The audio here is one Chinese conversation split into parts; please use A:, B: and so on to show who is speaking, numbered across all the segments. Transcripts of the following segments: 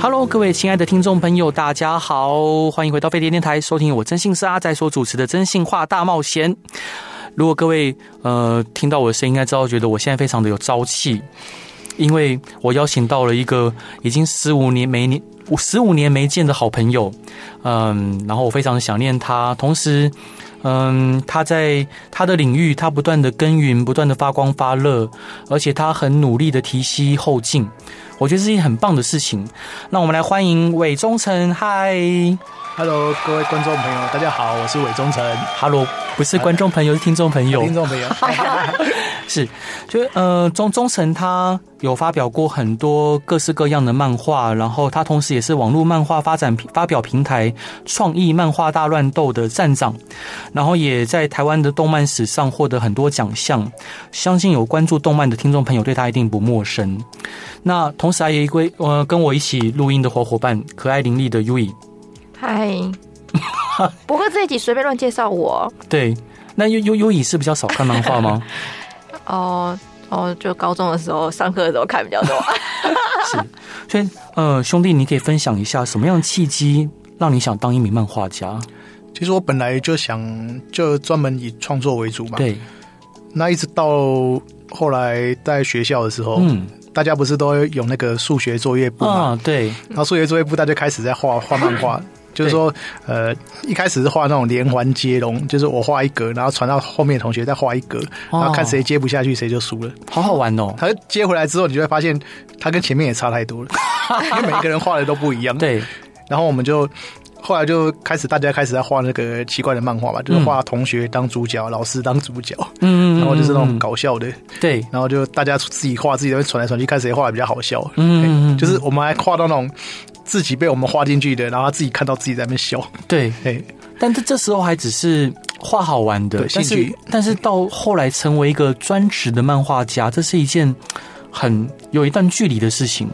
A: Hello，各位亲爱的听众朋友，大家好，欢迎回到飞碟电台，收听我真心是阿仔所主持的《真心话大冒险》。如果各位呃听到我的声音，应该知道，觉得我现在非常的有朝气，因为我邀请到了一个已经十五年没年十五年没见的好朋友，嗯，然后我非常的想念他，同时，嗯，他在他的领域，他不断的耕耘，不断的发光发热，而且他很努力的提携后进，我觉得是一件很棒的事情。那我们来欢迎韦忠诚，嗨
B: Hello，各位观众朋友，大家好，我是韦忠诚，
A: ，Hello，不是观众朋友，是听众朋友，
B: 听众朋友，
A: 是，就呃，钟钟诚他有发表过很多各式各样的漫画，然后他同时也是网络漫画发展平发表平台“创意漫画大乱斗”的站长，然后也在台湾的动漫史上获得很多奖项，相信有关注动漫的听众朋友对他一定不陌生。那同时还有一位呃跟我一起录音的伙伙伴，可爱伶俐的 U 以，
C: 嗨， 不过这一集随便乱介绍我
A: 对，那 U U U 以是比较少看漫画吗？
C: 哦哦，就高中的时候上课的时候看比较 多。
A: 所以，呃，兄弟，你可以分享一下什么样的契机让你想当一名漫画家？
B: 其实我本来就想就专门以创作为主嘛，，
A: 对，
B: 那一直到后来在学校的时候，
A: 嗯，
B: 大家不是都有那个数学作业簿嘛，
A: 啊，对，
B: 然后数学作业簿大家就开始在 画画漫画。就是说，呃，一开始是画那种连环接龙，就是我画一格，然后传到后面的同学再画一格，
A: 哦
B: 然后看谁接不下去谁就输了。
A: 好好玩哦。
B: 他接回来之后，你就会发现他跟前面也差 太多了，因为每个人画的都不一样。
A: 对，
B: 然后我们就后来就开始，大家开始在画那个奇怪的漫画吧，就是画同学当主角，老师当主角，
A: 嗯，
B: 然后就是那种
A: 嗯
B: 搞笑的，
A: 对，
B: 然后就大家自己画，自己在那边传来传去，看谁画的比较好笑。
A: 嗯，
B: 哎就是我们还画到那种自己被我们画进去的，然后他自己看到自己在那边笑。
A: 对，
B: 哎，
A: 但这这时候还只是画好玩的
B: 对，
A: 但
B: 兴
A: 是
B: 趣
A: 但是到后来成为一个专职的漫画家，这是一件很有一段距离的事情。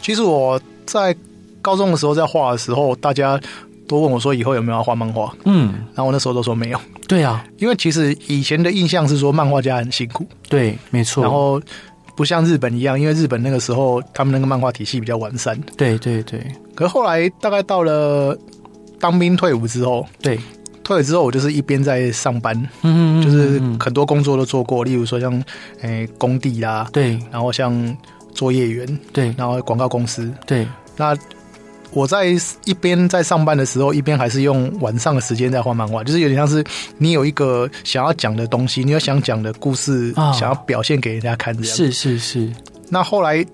B: 其实我在高中的时候在画的时候，大家都问我说以后有没有要画漫画，
A: 嗯，
B: 然后我那时候都说没有，
A: 对啊，
B: 因为其实以前的印象是说漫画家很辛苦，
A: 对，没错。
B: 然后不像日本一样，因为日本那个时候他们那个漫画体系比较完善。
A: 对对对
B: 可是后来大概到了当兵退伍之后，
A: 对，
B: 退了之后我就是一边在上班，
A: 嗯，嗯嗯
B: 就是
A: 嗯嗯
B: 很多工作都做过，例如说像诶、工地啦，
A: 对
B: 然后像作业员，
A: 对
B: 然后广告公司。
A: 对，
B: 那我在一边在上班的时候，一边还是用晚上的时间在画漫画，就是有点像是你有一个想要讲的东西，你有想讲的故事，
A: 啊
B: 想要表现给人家看，这样。
A: 是是是，
B: 那后来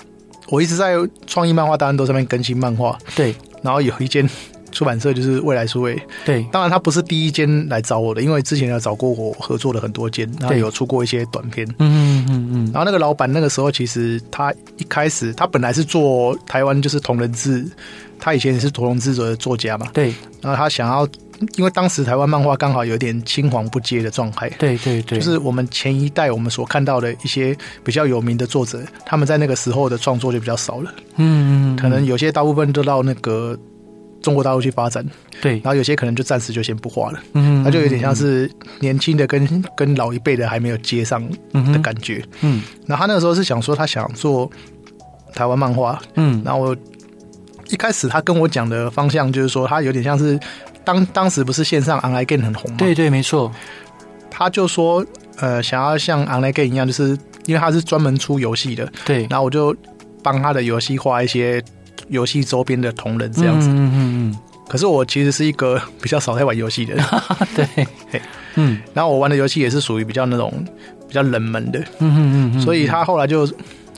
B: 我一直在创意漫画大乱斗上面更新漫画，
A: 对
B: 然后有一间出版社就是未来书位，
A: 对
B: 当然他不是第一间来找我的，因为之前有找过我合作的很多间，然后
A: 对
B: 有出过一些短片。
A: 嗯嗯嗯嗯，
B: 然后那个老板那个时候其实他一开始他本来是做台湾就是同人志，他以前也是同人志的作家嘛，
A: 对
B: 然后他想要。因为当时台湾漫画刚好有点青黄不接的状态，
A: 对对对，
B: 就是我们前一代我们所看到的一些比较有名的作者，他们在那个时候的创作就比较少了。
A: 嗯，嗯嗯
B: 可能有些大部分都到那个中国大陆去发展，
A: 对
B: 然，后有些可能就暂时就先不画了，
A: 嗯
B: 那就有点像是年轻的跟跟老一辈的还没有接上
A: 嗯
B: 的
A: 哼
B: 感觉。
A: 嗯
B: 那他那个时候是想说他想做台湾漫画，
A: 嗯，
B: 然后一开始他跟我讲的方向就是说他有点像是当当时不是线上 online game 很红嘛，
A: 对对，没错，
B: 他就说呃想要像 online game 一样，就是因为他是专门出游戏的，
A: 对，嗯
B: 然后我就帮他的游戏画一些游戏周边的同人这样子。
A: 嗯嗯
B: 可是我其实是一个 比较少在玩游 戏的人，
A: 嗯 嗯，对
B: 嘿，
A: 嗯
B: 然后我玩的游戏也是属于比较那种比较冷门的，
A: 嗯嗯嗯嗯，
B: 所以他后来就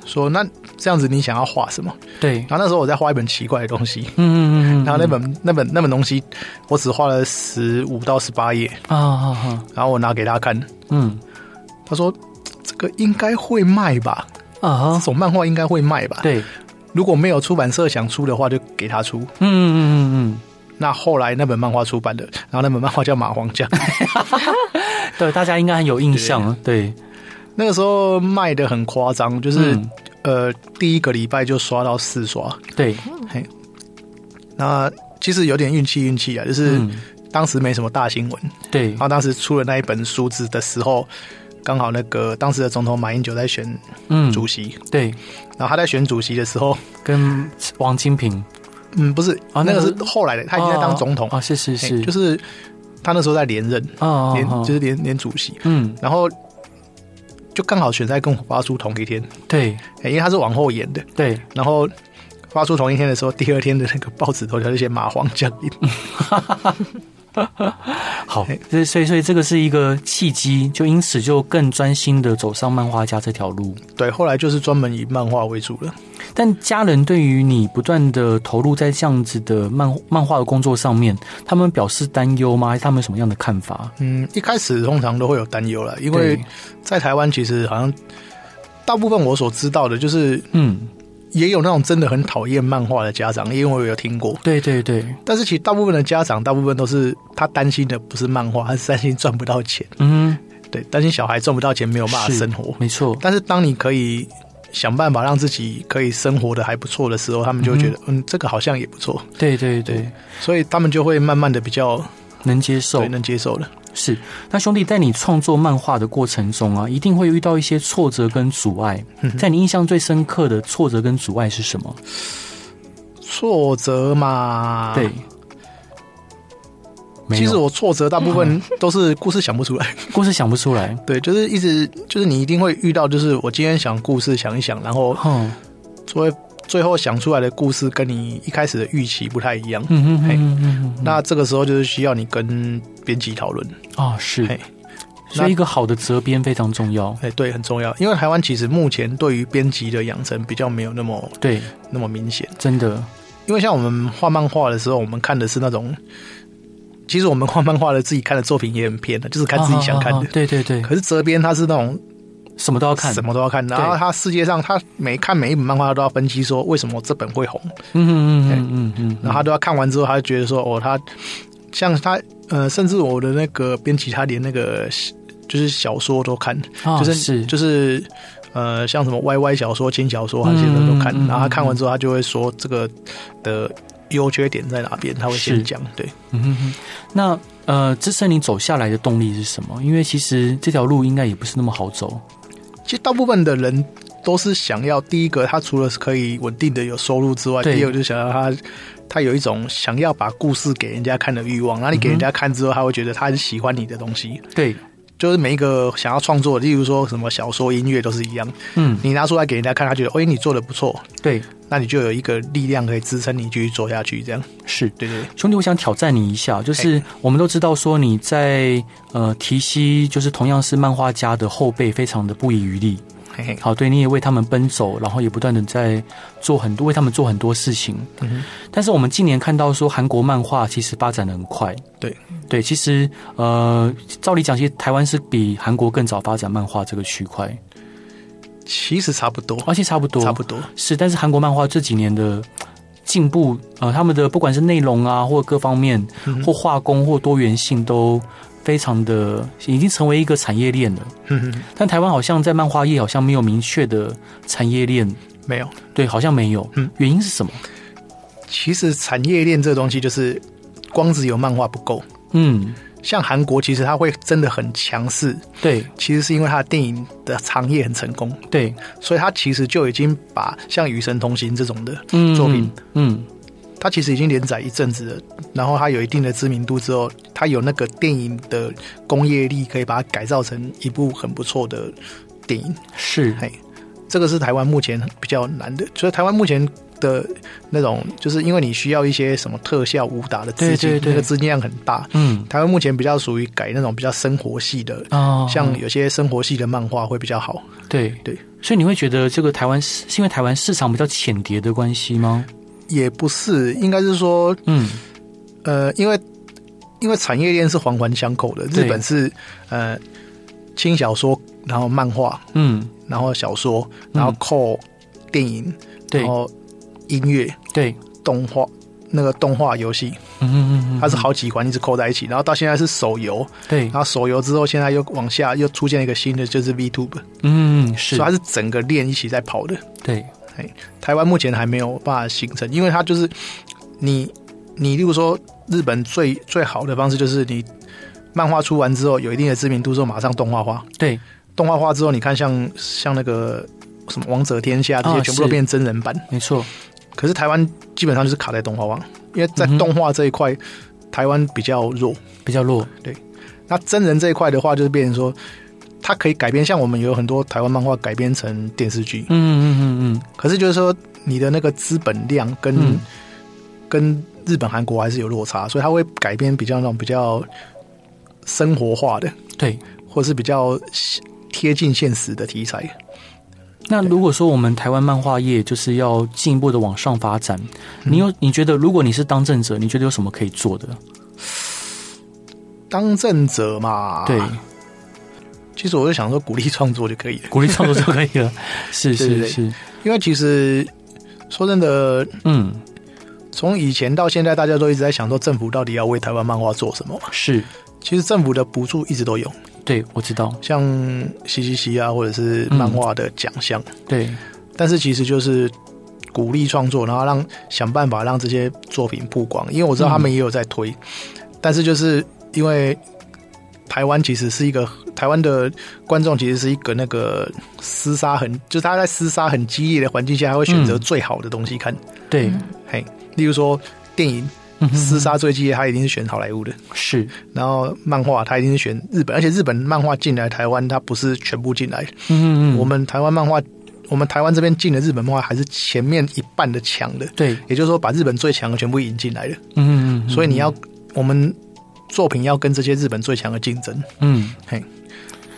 B: 说：“那这样子你想要画什么
A: 对，？”
B: 然后那时候我在画一本奇怪的东西，
A: 嗯嗯嗯嗯，
B: 然后那本那本那本东西我只画了十五到十八页，
A: 啊啊啊，
B: 然后我拿给他看，
A: 嗯
B: 他说：“这个应该会卖吧？
A: 啊
B: 这，种漫画应该会卖吧？
A: 对，
B: 如果没有出版社想出的话，就给他出。”
A: 嗯嗯嗯嗯，
B: 那后来那本漫画出版的，然后那本漫画叫《蚂蟥酱》，
A: 嗯对，大家应该很有印象。对，
B: 那个时候卖的很夸张，就是、
A: 嗯，
B: 呃第一个礼拜就刷到四刷，
A: 对，
B: 那其实有点运气运气啊，就是
A: 嗯，
B: 当时没什么大新闻，
A: 对
B: 然，后当时出了那一本书子的时候。刚好那个当时的总统马英九在选
A: 嗯，
B: 主席，
A: 对，
B: 然后他在选主席的时候，
A: 跟王金平
B: 嗯，不是，
A: 啊
B: 那
A: 那
B: 个是
A: 个
B: 后来的，他已经在当总统，
A: 啊，哦是是
B: 嘿
A: 是，
B: 就是是他那时候在连任，
A: 啊，
B: 连
A: 哦
B: 就是连连主席，
A: 嗯，
B: 然后就刚好选在跟华叔同一天，
A: 对
B: 欸因为他是往后延的，
A: 对，
B: 然后。发出同一天的时候，第二天的那个报纸头条就写蚂蟥降临，
A: 好
B: 嘿，
A: 这所以所以这个是一个契机，就因此就更专心的走上漫画家这条路。
B: 对，后来就是专门以漫画为主了。
A: 但家人对于你不断的投入在这样子的漫漫画的工作上面，他们表示担忧吗？还是他们有什么样的看法？
B: 嗯，一开始通常都会有担忧了，因为
A: 对
B: 在台湾其实好像大部分我所知道的，就是
A: 嗯，
B: 也有那种真的很讨厌漫画的家长，因为我有听过。
A: 对对对，
B: 但是其实大部分的家长，大部分都是他担心的不是漫画，他是担心赚不到钱，
A: 嗯，
B: 对，担心小孩赚不到钱没有办法
A: 是
B: 生活。
A: 没错，
B: 但是当你可以想办法让自己可以生活的还不错的时候，他们就会觉得，嗯这个好像也不错，
A: 对对对，
B: 所以他们就会慢慢的比较
A: 能接受
B: 对能接受了。
A: 是。那兄弟，在你创作漫画的过程中啊，一定会遇到一些挫折跟阻碍。在你印象最深刻的挫折跟阻碍是什么？
B: 挫折嘛，
A: 对，，没
B: 其
A: 有
B: 实我挫折大部分都是故事想不出来，
A: 故事想不出来。
B: 对，就是一直就是你一定会遇到，就是我今天想故事想一想，然后
A: 哼，
B: 最后最后想出来的故事跟你一开始的预期不太一样。
A: 嗯哼哼
B: 嘿
A: 嗯哼哼，
B: 那这个时候就是需要你跟编辑讨论，
A: 啊是
B: 嘿，
A: 所以一个好的责编非常重要。
B: 哎、对，很重要。因为台湾其实目前对于编辑的养成比较没有那么
A: 对，
B: 那么明显，
A: 真的，
B: 因为像我们画漫画的时候，我们看的是那种，其实我们画漫画的自己看的作品也很偏的，就是看自己想看
A: 啊啊
B: 的
A: 啊。对对对，
B: 可是责编他是那种
A: 什么都要看。
B: 什么都要看，然后
A: 对
B: 他世界上他每看每一本漫画，他都要分析说为什么这本会红，
A: 嗯嗯嗯嗯
B: 然后他都要看完之后，他就觉得说哦，他像他呃，甚至我的那个编辑，他连那个就是小说都看，
A: 嗯，啊
B: 就是
A: 是
B: 就是呃，像什么 YY 小说、轻小说，他现在都看。
A: 嗯嗯嗯
B: 然后他看完之后，他就会说这个的优缺点在哪边，他会
A: 是
B: 先讲。对，
A: 嗯哼哼。那呃，支撑你走下来的动力是什么？因为其实这条路应该也不是那么好走。
B: 其实大部分的人都是想要第一个，他除了是可以稳定的有收入之外，
A: 对
B: 第二个就想要他他有一种想要把故事给人家看的欲望。那你给人
A: 嗯
B: 家看之后，他会觉得他很喜欢你的东西。
A: 对，
B: 就是每一个想要创作，例如说什么小说、音乐都是一样，
A: 嗯，
B: 你拿出来给人家看，他觉得，哎、你做的不错，
A: 对，
B: 那你就有一个力量可以支撑你继续做下去。这样，
A: 是。
B: 对对对。
A: 兄弟，我想挑战你一下，就是我们都知道说你在呃提西，就是同样是漫画家的后辈，非常的不遗余力。
B: 嘿嘿，
A: 好，对，你也为他们奔走，然后也不断的在做很多为他们做很多事情。
B: 嗯哼
A: 但是我们近年看到说，韩国漫画其实发展的很快。
B: 对
A: 对，其实呃，照理讲，其实台湾是比韩国更早发展漫画这个区块，
B: 其实差不多，
A: 而且差不多，
B: 差不多。
A: 是。但是韩国漫画这几年的进步，呃，他们的不管是内容啊，或各方面，
B: 嗯
A: 或画工或多元性，都非常的已经成为一个产业链了。
B: 嗯哼，
A: 但台湾好像在漫画业好像没有明确的产业链，
B: 没有。
A: 对，好像没有。
B: 嗯，
A: 原因是什么？
B: 其实产业链这东西就是光只有漫画不够。
A: 嗯，
B: 像韩国其实它会真的很强势，
A: 对
B: 其实是因为它的电影的行业很成功，
A: 对，
B: 所以它其实就已经把像《与神同行》这种的，
A: 嗯，
B: 作品，
A: 嗯，
B: 它其实已经连载一阵子了。然后它有一定的知名度之后，它有那个电影的工业力，可以把它改造成一部很不错的电影。
A: 是，
B: 嘿，这个是台湾目前比较难的，所以台湾目前的那种，就是因为你需要一些什么特效武打的资金，
A: 对对对
B: 那个资金量很大。
A: 嗯
B: 台湾目前比较属于改那种比较生活系的，
A: 啊，
B: 像有些生活系的漫画会比较好。
A: 对
B: 哦对，
A: 所以你会觉得这个台湾是是因为台湾市场比较浅碟的关系吗？
B: 也不是，应该是说，
A: 嗯，
B: 呃，因为因为产业链是环环相扣的，
A: 对
B: 日本是呃轻小说，然后漫画，
A: 嗯，
B: 然后小说，然后
A: 嗯
B: 扣电影，
A: 对
B: 哦然后音乐，
A: 对，
B: 动画那个动画游戏，
A: 嗯嗯嗯
B: 它是好几款一直扣在一起，然后到现在是手游，
A: 嗯，对
B: 然，后手游之后现在又往下又出现一个新的，就是 VTube，
A: 嗯是
B: 所以，它是整个链一起在跑的。
A: 对，
B: 台湾目前还没有办法形成，因为它就是你你，例如说日本最最好的方式就是你漫画出完之后有一定的知名度之后，马上动画化，
A: 对，
B: 动画化之后，你看像像那个什么《王者天下》这
A: 啊
B: 些，全部都
A: 是
B: 变真人版。
A: 没错，
B: 可是台湾基本上就是卡在动画化，因为在
A: 嗯哼
B: 动画这一块，台湾比较弱。
A: 比较弱，
B: 那真人这一块的话，就是变成说，它可以改编，像我们有很多台湾漫画改编成电视剧，
A: 嗯嗯嗯嗯，
B: 可是就是说你的那个资本量跟、
A: 嗯
B: 跟日本、韩国还是有落差，所以它会改编比较那种比较生活化的，
A: 对。
B: 或是比较贴近现实的题材。
A: 那如果说我们台湾漫画业就是要进一步的往上发展，
B: 嗯
A: 你有你觉得如果你是当政者，你觉得有什么可以做的？
B: 当政者嘛，
A: 对，
B: 其实我就想说鼓励创作就可以了，
A: 鼓励创作就可以 了。是
B: 对对
A: 是
B: 对
A: 是，
B: 因为其实说真的，
A: 嗯，
B: 从以前到现在，大家都一直在想说政府到底要为台湾漫画做什么嘛。
A: 是，
B: 其实政府的补助一直都有，
A: 对我知道，
B: 像西西西啊，或者是漫画的奖项，
A: 对，
B: 但是其实就是鼓励创作，然后让想办法让这些作品曝光，因为我知道他们也有在推，但是就是因为台湾其实是一个台湾的观众其实是一个那个厮杀很，就是他在厮杀很激烈的环境下，他会选择
A: 嗯
B: 最好的东西看，
A: 对，
B: 嘿，例如说电影
A: 嗯哼
B: 嗯厮杀最激烈，他一定是选好莱坞的，
A: 是，
B: 然后漫画他一定是选日本，而且日本漫画进来台湾，它不是全部进来，
A: 嗯嗯嗯，
B: 我们台湾漫画，我们台湾这边进的日本漫画还是前面一半的强的，
A: 对，
B: 也就是说把日本最强的全部引进来了。
A: 嗯嗯嗯，
B: 所以你要我们作品要跟这些日本最强的竞争。
A: 嗯，
B: 嘿，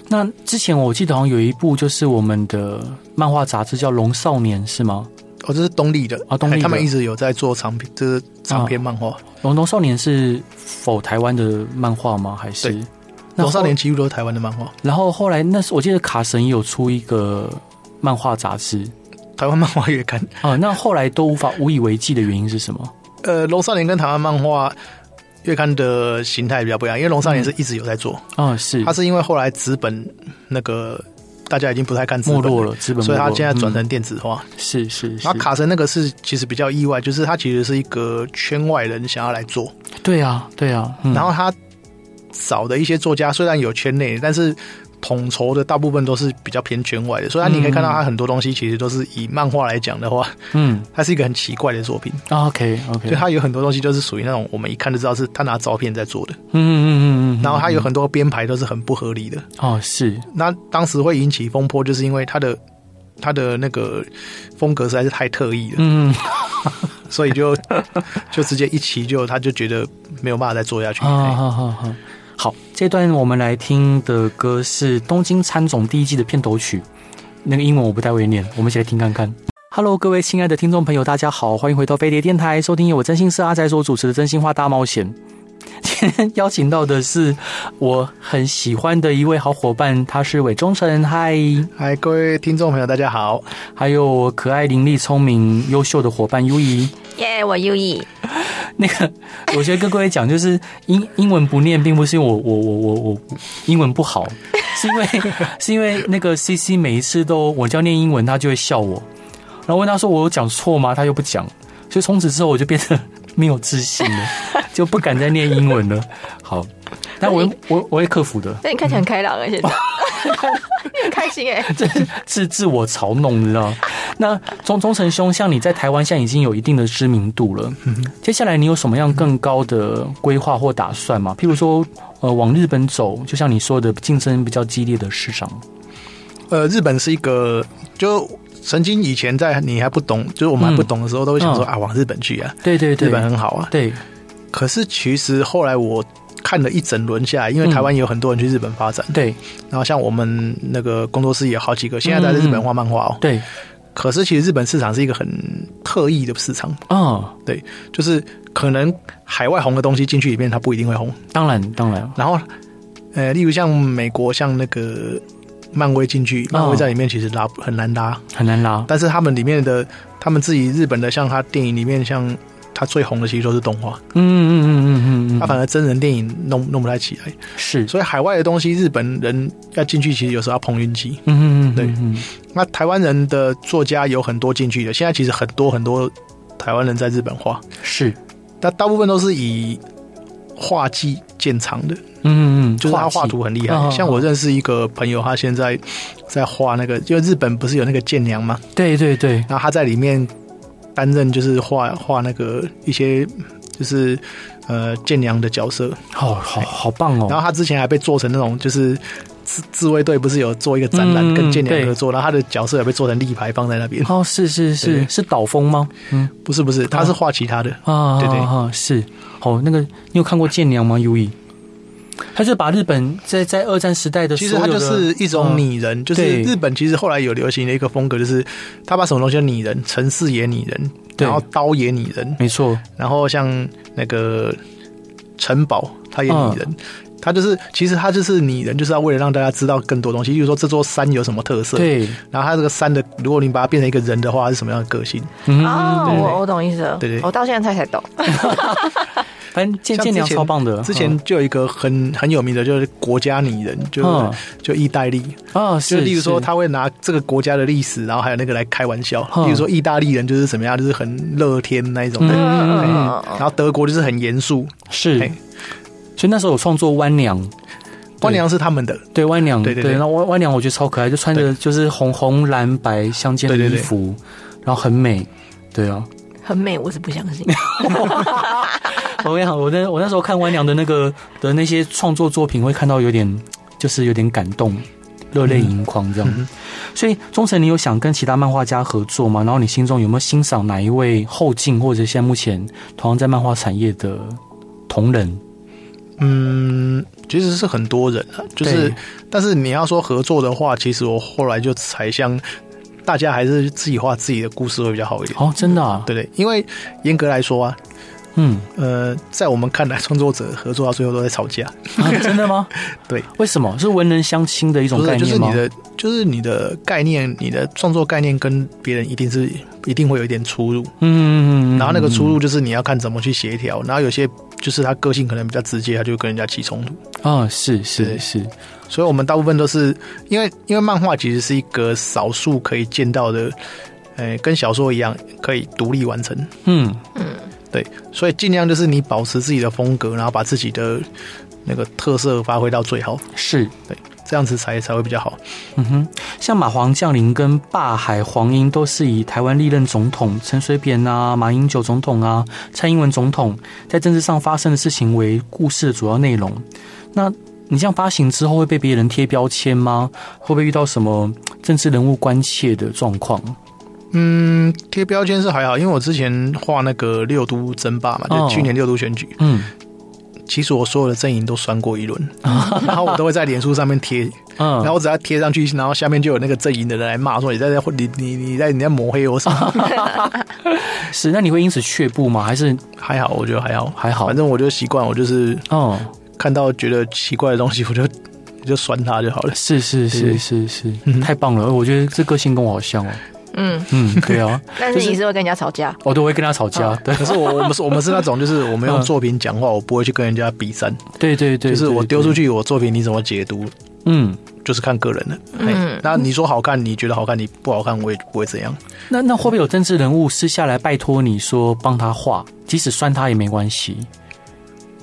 A: 那之前我记得好像有一部就是我们的漫画杂志叫《龙少年》是吗？
B: 哦，这是东立的
A: 啊东立的哦
B: 嘿他们一直有在做长篇，这是长篇漫画。
A: 《龙龙少年》是否台湾的漫画吗？还是
B: 对
A: 那
B: 龙少
A: 后
B: 年几乎都是台湾的漫画，
A: 然后后来那时我记得卡神也有出一个漫画杂志
B: 台湾漫画也看。
A: 啊、那后来都无法无以为继的原因是什么？
B: 呃，龙少年跟台湾漫画。月刊的形态比较不一样，因为龙
A: 嗯
B: 少年是一直有在做，
A: 啊、是
B: 他是因为后来纸本那个大家已经不太看纸
A: 没
B: 本
A: 落了，资本
B: 所以
A: 没
B: 他
A: 落
B: 现在
A: 嗯
B: 转成电子化。
A: 是是是
B: 然后，卡神那个是其实比较意外，就是他其实是一个圈外人想要来做，
A: 对啊对啊，嗯、
B: 然后他找的一些作家虽然有圈内，但是统筹的大部分都是比较偏圈外的，所以他你可以看到他很多东西其实都是以漫画来讲的话，
A: 嗯啊
B: 它是一个很奇怪的作品，
A: ，OK OK，
B: 就它有很多东西就是属于那种我们一看就知道是他拿照片在做的，
A: 嗯嗯嗯嗯，
B: 然后它有很多编排都是很不合理的，
A: 哦是
B: 那当时会引起风波，就是因为它的。他的那个风格实在是太特意了，
A: 嗯
B: 所以 就就直接一骑就他就觉得没有办法再做下去。
A: 啊好好好。好，这段我们来听的歌是《东京参总》第一季的片头曲，那个英文我不太会念，我们一起来听看看。Hello，各位亲爱的听众朋友，大家好，欢迎回到飞碟电台，收听由我真心是阿仔所主持的《真心话大冒险》。 今天邀请到的是我很喜欢的一位好伙伴，他是韦忠诚，嗨，
B: 嗨，各位听众朋友，大家好。
A: 还有我可爱、伶俐、聪明、优秀的伙伴优怡。
C: 耶、我优异，
A: 那个， 我觉得跟各位讲，就是英英文不念，并不是因为我我我我我英文不好，是因为 是因为那个 C C 每一次都我叫念英文，他就会笑我，然后问他说我有讲错吗？他又不讲，所以从此之后我就变得没有自信了，就不敢再念英文了。好，但我我我会克服的，
C: 那你看起来很开朗啊，现 在，你很开心哎、
A: 这是 自自我嘲弄，你知道吗？那钟钟成兄，像你在台湾现在已经有一定的知名度了，
B: 嗯
A: 接下来你有什么样更高的规划或打算吗？譬如说，呃，往日本走，就像你说的，竞争比较激烈的市场。
B: 呃，日本是一个，就曾经以前在你还不懂，就是我们还不懂的时候，都会想说、
A: 嗯
B: 啊，往日本去啊，
A: 对对对，
B: 日本很好啊。
A: 对，
B: 可是其实后来我看了一整轮下来，因为
A: 嗯
B: 台湾也有很多人去日本发展，
A: 对
B: 然后像我们那个工作室也有好几个，现在在日本画漫画哦。
A: 对，
B: 可是其实日本市场是一个很特异的市场，
A: 啊，
B: 就是可能海外红的东西进去里面，它不一定会红。
A: 当然当然，
B: 然后，呃，例如像美国，像那个漫威进去，漫威在里面其实拉很难拉，
A: 很难拉。
B: 但是他们里面的他们自己日本的，像他电影里面像。它最红的其实都是动画，
A: 嗯嗯嗯嗯嗯
B: 它
A: 嗯，
B: 反而真人电影弄弄不太起来。
A: 是，
B: 所以海外的东西，日本人要进去，其实有时候要碰运气。
A: 嗯嗯嗯，
B: 对
A: 嗯，
B: 那台湾人的作家有很多进去的，现在其实很多很多台湾人在日本画，
A: 是，
B: 但大部分都是以画技见长的，
A: 嗯嗯，
B: 就是他画
A: 技，
B: 图很厉害
A: 嗯嗯。嗯
B: 像我认识一个朋友，他现在在画那个，因为日本不是有那个剑娘嘛，
A: 对对对，
B: 然后他在里面担任就是画画那个一些就是呃剑娘的角色，
A: 好好好棒
B: 然
A: 哦，
B: 后他之前还被做成那种就是自自卫队不是有做一个展览
A: 嗯
B: 跟剑娘
A: 对
B: 合作，然后他的角色也被做成立牌放在那边。
A: 哦，是是是
B: 对
A: 是岛风吗？嗯
B: 不是不是，他是画其他的，
A: 啊，
B: 对对
A: 啊是，哦，那个你有看过《剑娘》吗？优以，他就把日本在在二战时代的，
B: 其实他就是一种，拟人，就是
A: 嗯对
B: 日本其实后来有流行的一个风格，就是他把什么东西都拟人，城市也拟人，
A: 对
B: 然后刀也拟人，
A: 没错，
B: 然后像那个城堡，他也拟人。
A: 嗯
B: 他就是，其实他就是拟人，就是要为了让大家知道更多东西，例如说这座山有什么特色，
A: 对，
B: 然后他这个山的，如果你把它变成一个人的话，它是什么样的个性？
A: 嗯，
C: 哦，
A: 对
C: 我我懂意思了，
B: 对对
C: 我到现在才才懂，
A: 反正剑
B: 像
A: 剑娘
B: 之前
A: 超棒的，嗯
B: 之前就有一个很很有名的，就是国家拟人，就、
A: 嗯
B: 就意大利，
A: 啊，，
B: 就是例如说，
A: 是
B: 他会拿这个国家的历史，然后还有那个来开玩笑。
A: 嗯
B: 例如说，意大利人就是怎么样，就是很乐天那一种的，
A: 嗯
C: 嗯
B: 然后德国就是很严肃。
A: 是
B: 嘿，
A: 所以那时候有创作《弯娘》，
B: 官娘是他们的，
A: 对弯娘，
B: 对对对
A: 那弯弯娘我觉得超可爱，就穿着就是红红蓝白相间的
B: 对
A: 衣
B: 对对
A: 服，然后很美，对啊。
C: 很美，我是不相 信，
A: 我跟你讲，我那我那时候看弯娘的那个的那些创作作品，会看到有点就是有点感动，热泪盈眶这样。
B: 嗯
A: 所以忠诚，你有想跟其他漫画家合作吗？然后你心中有没有欣赏哪一位后进，或者现在目前同样在漫画产业的同仁？
B: 嗯，其实是很多人啊，就是
A: 对，
B: 但是你要说合作的话，其实我后来就才向大家还是自己画自己的故事会比较好一点，
A: 哦，真的啊，
B: 对不对？因为严格来说啊，
A: 嗯、
B: 呃，在我们看来，创作者合作到最后都在吵架，
A: 啊，真的吗？
B: 对，
A: 为什么是文人相亲的一种
B: 不
A: 概
B: 是，就是
A: 念吗？
B: 你的，就是你的概念，你的创作概念跟别人一定是一定会有一点出入。
A: 嗯，嗯嗯嗯
B: 然后那个出入就是你要看怎么去协调。然后有些就是他个性可能比较直接，他就跟人家起冲突。
A: 啊、是是
B: 对
A: 是，
B: 所以我们大部分都是因为因为漫画其实是一个少数可以见到的，呃，跟小说一样可以独立完成。
A: 嗯，
B: 所以尽量就是你保持自己的风格，然后把自己的那个特色发挥到最好，
A: 是，
B: 这样子才才会比较好。
A: 嗯哼，像马皇降临跟霸海黄英都是以台湾历任总统陈水扁啊、马英九总统啊、蔡英文总统在政治上发生的事情为故事的主要内容。那你这样发行之后会被别人贴标签吗？会不会遇到什么政治人物关切的状况？
B: 嗯，贴标签是还好，因为我之前画那个六都争霸嘛，
A: 哦
B: 就去年六都选举，
A: 嗯
B: 其实我所有的阵营都酸过一轮，然后我都会在脸书上面贴，
A: 嗯，
B: 然后我只要贴上去，然后下面就有那个阵营的人来骂说你在你你你在你在抹黑我什么？
A: 是，那你会因此却步吗？还是
B: 还好，我觉得还好，
A: 还好
B: 反正我就习惯，我就是
A: 哦，
B: 看到觉得奇怪的东西，我就 我就酸他就好了。
A: 是是是是是，
B: 嗯
A: 太棒了！我觉得这个性跟我好像哦。
C: 嗯，
A: 嗯，对啊，
C: 但是你是会跟人家吵架，
A: 我都会跟他吵架。对
B: 可是我我们是我们是那种就是我们用
A: 嗯
B: 作品讲话，我不会去跟人家比战，
A: 对对对，
B: 就是我
A: 对
B: 丢出。去我作品你怎么解读，
A: 对嗯，
B: 就是看个人的。
C: 嗯
B: 嗯，那你说好看，你觉得好看，你不好看，我也不会怎样。
A: 那那会不会有政治人物私下来拜托你说帮他画，即使酸他也没关系？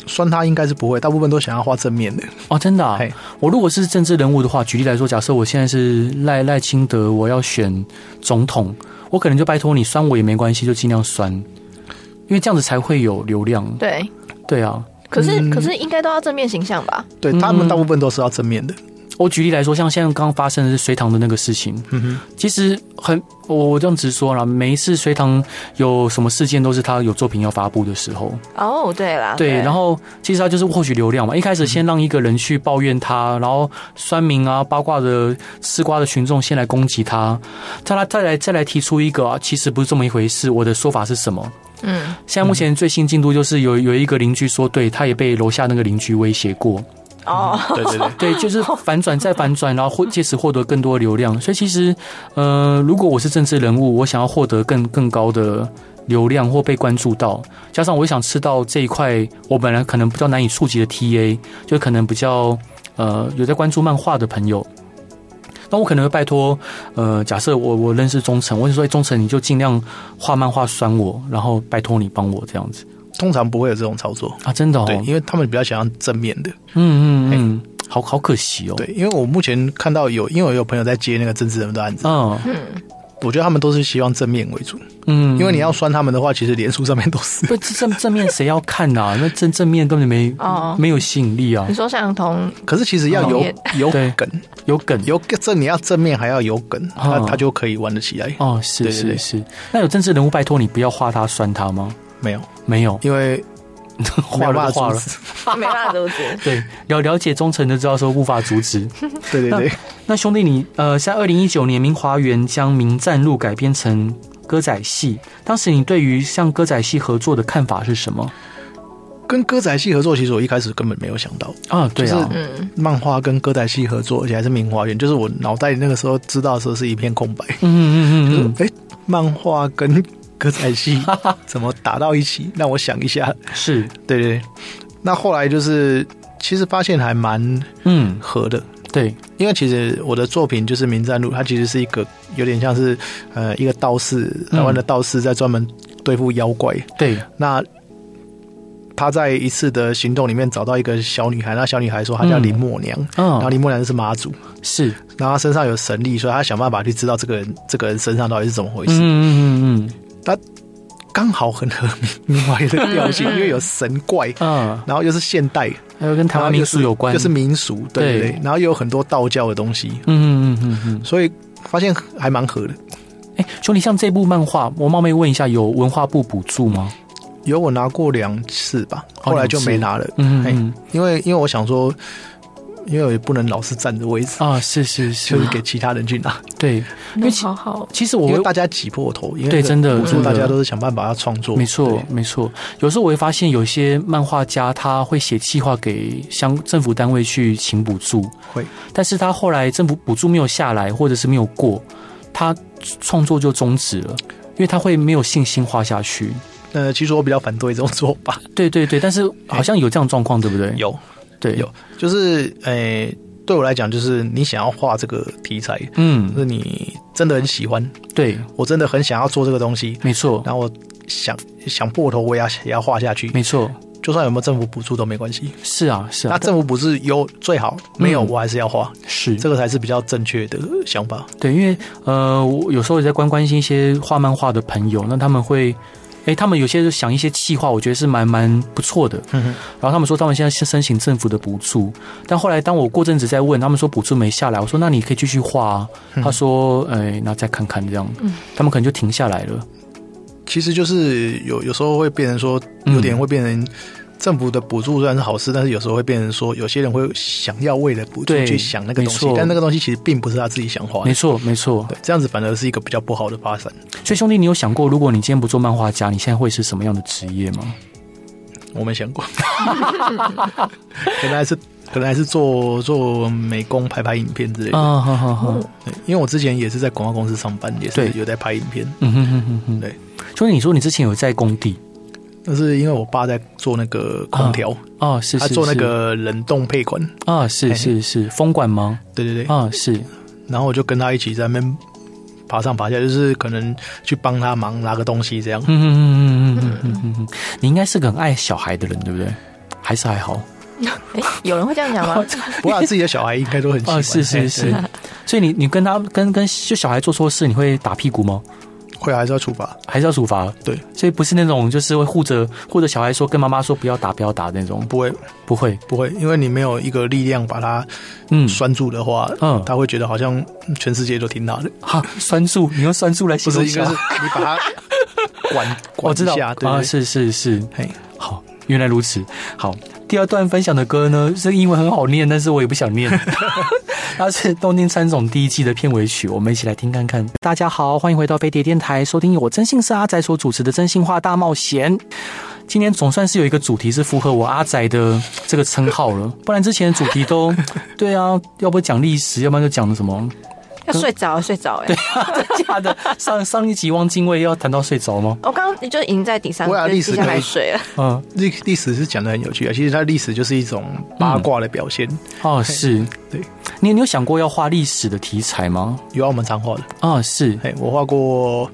B: 酸他应该是不会，大部分都想要画正面的。
A: 哦，真的、啊
B: 嘿。
A: 我如果是政治人物的话，举例来说，假设我现在是赖赖清德，我要选总统，我可能就拜托你酸我也没关系，就尽量酸，因为这样子才会有流量。
C: 对，嗯
A: 对啊，
C: 可是
B: 嗯
C: 可是应该都要正面形象吧？
B: 对他们大部分都是要正面的。
A: 我举例来说，像现在刚发生的是隋唐的那个事情，
B: 嗯哼，
A: 其实很，我我这样直说啦，每一次隋唐有什么事件，都是他有作品要发布的时候。
C: 哦，对啦，
A: 对，然后其实他就是获取流量嘛。一开始先让一个人去抱怨他，然后酸民啊、八卦的、吃瓜的群众先来攻击他，再来再来再来提出一个、啊，其实不是这么一回事，我的说法是什么？
C: 嗯，
A: 现在目前最新进度就是有有一个邻居说，对，他也被楼下那个邻居威胁过，
C: 哦，
B: 对对对。
A: 对，就是反转再反转，然后获借此获得更多流量。所以其实，呃，如果我是政治人物，我想要获得更更高的流量或被关注到，加上我也想吃到这一块我本来可能比较难以触及的 TA，就可能比较呃有在关注漫画的朋友。那我可能会拜托，呃，假设我我认识忠诚，我就说哎忠诚，你就尽量画漫画酸我，然后拜托你帮我这样子
B: 通常不会有这种操作，
A: 啊，真的哦，
B: 对，因为他们比较想要正面的，
A: 嗯嗯嗯，好好可惜哦，
B: 对，因为我目前看到有，因为我有朋友在接那个政治人物的案子，
A: 嗯
C: 嗯，
B: 我觉得他们都是希望正面为主，
A: 嗯，
B: 因为你要酸他们的话，其实脸书上面都是，
A: 不正正面谁要看呐、那正正面根本没、
C: 哦
A: 没有吸引力啊
C: 你，说像 同
B: 可是其实要有
C: 哦
B: 有
A: 对
B: 梗，
A: 有梗
B: 有这你要正面还要有梗，他
A: 哦
B: 他就可以玩得起来，
A: 哦，是
B: 对对
A: 是
B: 对
A: 是。那有政治人物拜托你不要画他酸他吗？
B: 没有，
A: 没 有，
B: 因为没
A: 画
B: 有
A: 了
B: 办
A: 就画了，
B: 法阻。止，
C: 没办法阻止
A: 对，了了解忠诚的知道说无法阻止。
B: 对对对，
A: 那兄弟你，呃，在二零一九年，明华园将《名战路》改编成歌仔戏，当时你对于像歌仔戏合作的看法是什么？
B: 跟歌仔戏合作，其实我一开始根本没有想到，
A: 啊，对啊，
B: 就是
C: 嗯
B: 漫画跟歌仔戏合作，而且还是名花园，就是我脑袋那个时候知道的时候是一片空白，
A: 嗯嗯嗯嗯
B: 哎、漫画跟歌仔戏 怎么打到一起？让我想一下。
A: 嗯，是，
B: 对对对，那后来就是其实发现还蛮
A: 嗯，
B: 合的，
A: 对，
B: 因为其实我的作品就是《名战录》，它其实是一个有点像是呃一个道士，
A: 嗯
B: 台湾的道士在专门对付妖怪。
A: 对，
B: 那他在一次的行动里面找到一个小女孩，那小女孩说她叫
A: 嗯
B: 林默娘，然后
A: 嗯，
B: 林默娘就是妈祖，
A: 是，
B: 然后她身上有神力，所以她想办法去知道这个人这个人身上到底是怎么回
A: 嗯
B: 事。
A: 嗯嗯嗯
B: 刚好很合民民怀的调性，因为有神怪，
A: 嗯，
B: 然后又是现代，
A: 还有跟台
B: 然后
A: 湾
B: 又
A: 民
B: 是
A: 俗有关，
B: 就是民俗，对
A: 对
B: 对对，然后又有很多道教的东西，
A: 嗯嗯嗯嗯
B: 所以发现还蛮合的。
A: 嗯。哎，兄弟，像这部漫画，我冒昧问一下，有文化部补助吗？
B: 有我拿过两次吧，
A: 哦
B: 后来就
A: 两次
B: 没拿了，
A: 嗯
B: 嘿
A: 嗯
B: 因为因为我想说，因为我也不能老是占着位置，
A: 嗯啊，是是是
B: 就，是给其他人去拿，
A: 对。因为
C: 那
A: 其
C: 好好，
A: 其实我
B: 因为
A: 会
B: 大家挤破头，因为
A: 对真的
B: 我
A: 真
B: 说
A: 的
B: 大家都是想办法要创作，
A: 没错
B: 对，
A: 没错。有时候我会发现，有些漫画家他会写企划给乡政府单位去请补助，
B: 会，
A: 但是他后来政府补助没有下来，或者是没有过，他创作就终止了，因为他会没有信心画下去。
B: 呃，其实我比较反对这种做法，
A: 对对对，但是好像有这样的状况，对不对？
B: 有
A: 对
B: 有，就是诶、对我来讲，就是你想要画这个题材，就
A: 嗯，
B: 是你真的很喜欢，
A: 对，
B: 我真的很想要做这个东西，
A: 没错，
B: 然后我想想破头，我也要也要画下去，
A: 没错，
B: 就算有没有政府补助都没关系。
A: 是啊，是
B: 那
A: 啊，
B: 政府补助有最好，没有
A: 嗯
B: 我还是要画，
A: 是
B: 这个才是比较正确的想法。
A: 对，因为呃，我有时候也在关关心一些画漫画的朋友，那他们会，诶，他们有些就想一些企划，我觉得是蛮蛮不错的。
B: 哼哼
A: 然后他们说他们现在是申请政府的补助，但后来当我过阵子再问，他们说补助没下来，我说那你可以继续画啊。
B: 嗯
A: 他说，诶，那再看看这样，他们可能就停下来了。
B: 其实就是有有时候会变成说，有点会变成政府的补助虽然是好事，但是有时候会变成说，有些人会想要为了补助
A: 对
B: 去想那个东
A: 没
B: 西
A: 错，
B: 但那个东西其实并不是他自己想画
A: 没
B: 的。
A: 错，没错。
B: 对，这样子反而是一个比较不好的发展。
A: 所以兄弟，你有想过，如果你今天不做漫画家，你现在会是什么样的职业吗？
B: 我没想过， 可能还是可能还是做做美工、拍拍影片之类的。
A: 啊，好好好，
B: 对因为我之前也是在广告公司上班，也是
A: 对
B: 有在拍影片。
A: 嗯哼哼哼哼，
B: 对。
A: 兄弟，你说你之前有在工地
B: 但是因为我爸在做那个空调，
A: 哦，是
B: 他
A: 是
B: 做那
A: 是
B: 个冷冻配管，
A: 啊，是
B: 嘿
A: 是是，风管吗？
B: 对对对，
A: 啊，是
B: 然后我就跟他一起在那边爬上爬下，就是可能去帮他忙拿个东西这样
A: 嗯。嗯嗯嗯嗯嗯嗯，你应该是个很爱小孩的人，对不对？还是还好
C: 哎，有人会这样讲吗？
B: 不过他自己的小孩应该都很 喜
A: 啊，
B: 欢。
A: 是
B: 嘿
A: 是是
B: 对，
A: 所以你你跟他跟跟就小孩做错事，你会打屁股吗？
B: 会啊还是要处罚。
A: 还是要处罚？
B: 对，
A: 所以不是那种就是会护着护着小孩说跟妈妈说不要打不要打那种，
B: 不会
A: 不会，
B: 不会，因为你没有一个力量把他
A: 嗯，
B: 拴住的话，
A: 嗯
B: 他会觉得好像全世界都听他的。
A: 哈酸素，你用酸素来形
B: 不是，
A: 容
B: 应该
A: 小
B: 是
A: 孩，
B: 你把他 管
A: 我
B: 管
A: 知
B: 一
A: 道
B: 下，对不
A: 啊，
B: 对？
A: 是是是，
B: 嘿，
A: 好，原来如此。好，第二段分享的歌呢，这个英文很好念，但是我也不想 念。 它是《东京喰种》第一季的片尾曲，我们一起来听看看。大家好，欢迎回到飞碟电台，收听由我真心是阿仔所主持的《真心话大冒险》。今天总算是有一个主题是符合我阿仔的这个 称号了，不然之前的主题都对啊，要不讲历史，要不然就讲什么
C: 要睡着了睡着哎、
A: 假的，上上一集汪精卫要谈到睡着吗？
C: 我刚刚就已经在底上，
B: 我俩
C: 就
B: 历
C: 低
B: 史
C: 下
B: 可
C: 来
B: 以
C: 睡了。
A: 嗯，
B: 历历史是讲的很有趣啊，其实它历史就是一种八卦的表现。
A: 哦，是，
B: 对，
A: 你你有想过要画历史的题材吗？
B: 有啊，我们常画的，
A: 啊，是，
B: 嘿，我画过，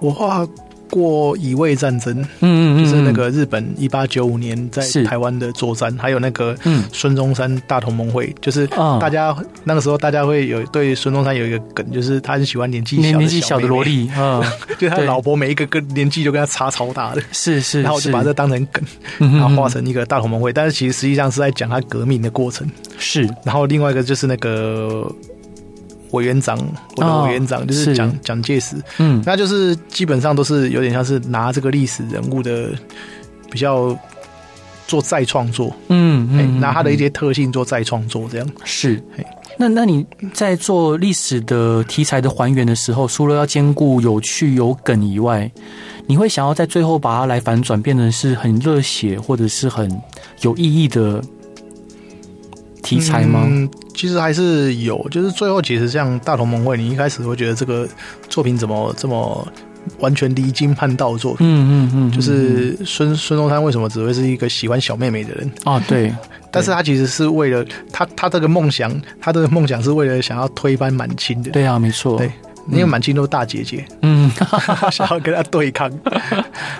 B: 我画过乙未战争，
A: 嗯嗯嗯，
B: 就是那个日本一八九五年在
A: 是
B: 台湾的作战，还有那个
A: 嗯
B: 孙中山大同盟会，就是
A: 嗯
B: 大家、那个时候大家会有对孙中山有一个梗，就是他很喜欢年纪
A: 嗯年
B: 小的
A: 年纪小的
B: 妹妹
A: 萝，莉， 嗯，
B: 就他
A: 对
B: 老婆每一个跟年纪就跟他差超大的。
A: 是是，
B: 然后我就把这
A: 是，
B: 当成梗，
A: 嗯
B: 然后
A: 嗯
B: 画
A: 嗯
B: 成一个大同盟会，但是其实实际上是在讲他革命的过程。
A: 是，
B: 然后另外一个就是那个委员长，我的
A: 哦
B: 委员长、就是
A: 是
B: 蒋蒋介石，
A: 嗯
B: 那就是基本上都是有点像是拿这个历史人物的比较做再创作，
A: 嗯
B: 哎、
A: 嗯，
B: 拿他的一
A: 点
B: 些特性做再创作，这样
A: 是
B: 嘿。
A: 那那你在做历史的题材的还原的时候，除了要兼顾有趣有梗以外，你会想要在最后把它来反转，变成是很热血或者是很有意义的题材吗？
B: 嗯，其实还是有，就是最后其实像大同盟会，你一开始会觉得这个作品怎么这么完全离经叛道的作品。
A: 嗯嗯嗯，
B: 就是孙孙中山为什么只会是一个喜欢小妹妹的人？
A: 啊，对，
B: 但是他其实是为了他他这个梦想，他这个梦想是为了想要推翻满清的，
A: 对啊，没错，
B: 对因为满清都是大姐姐，
A: 嗯，
B: 想要跟他对 抗，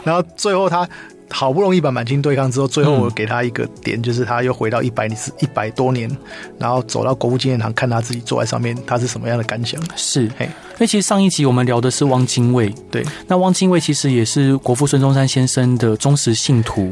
B: 然后最后他好不容易把满清对抗之后，最后我给他一个点，就是他又回到一百一百多年，然后走到国父纪念堂，看他自己坐在上面，他是什么样的感想？
A: 是，
B: 嘿
A: 因为其实上一集我们聊的是汪精卫，
B: 对，
A: 那汪精卫其实也是国父孙中山先生的忠实信徒，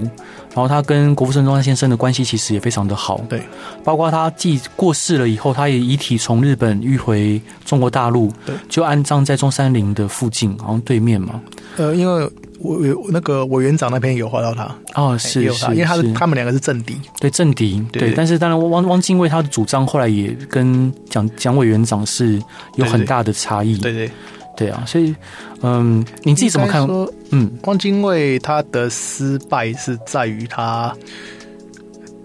A: 然后他跟国父孙中山先生的关系其实也非常的好，
B: 对，
A: 包括他既过世了以后，他也遗体从日本运回中国大陆，
B: 对，
A: 就安葬在中山陵的附近，好像对面嘛，
B: 呃，因为我我那个委员长那边有画到他，
A: 哦，
B: 哎也
A: 是
B: 有
A: 是
B: 他，因为他
A: 是
B: 是他们两个是政敌，
A: 对政敌，
B: 对
A: 对，
B: 对
A: 但是当然汪汪精卫他的主张后来也跟蒋蒋委员长是有
B: 对
A: 很
B: 对
A: 大的差异，
B: 对对，
A: 对啊，所以嗯，你自己怎么看
B: 应该？说
A: 嗯。
B: 汪精卫他的失败是在于他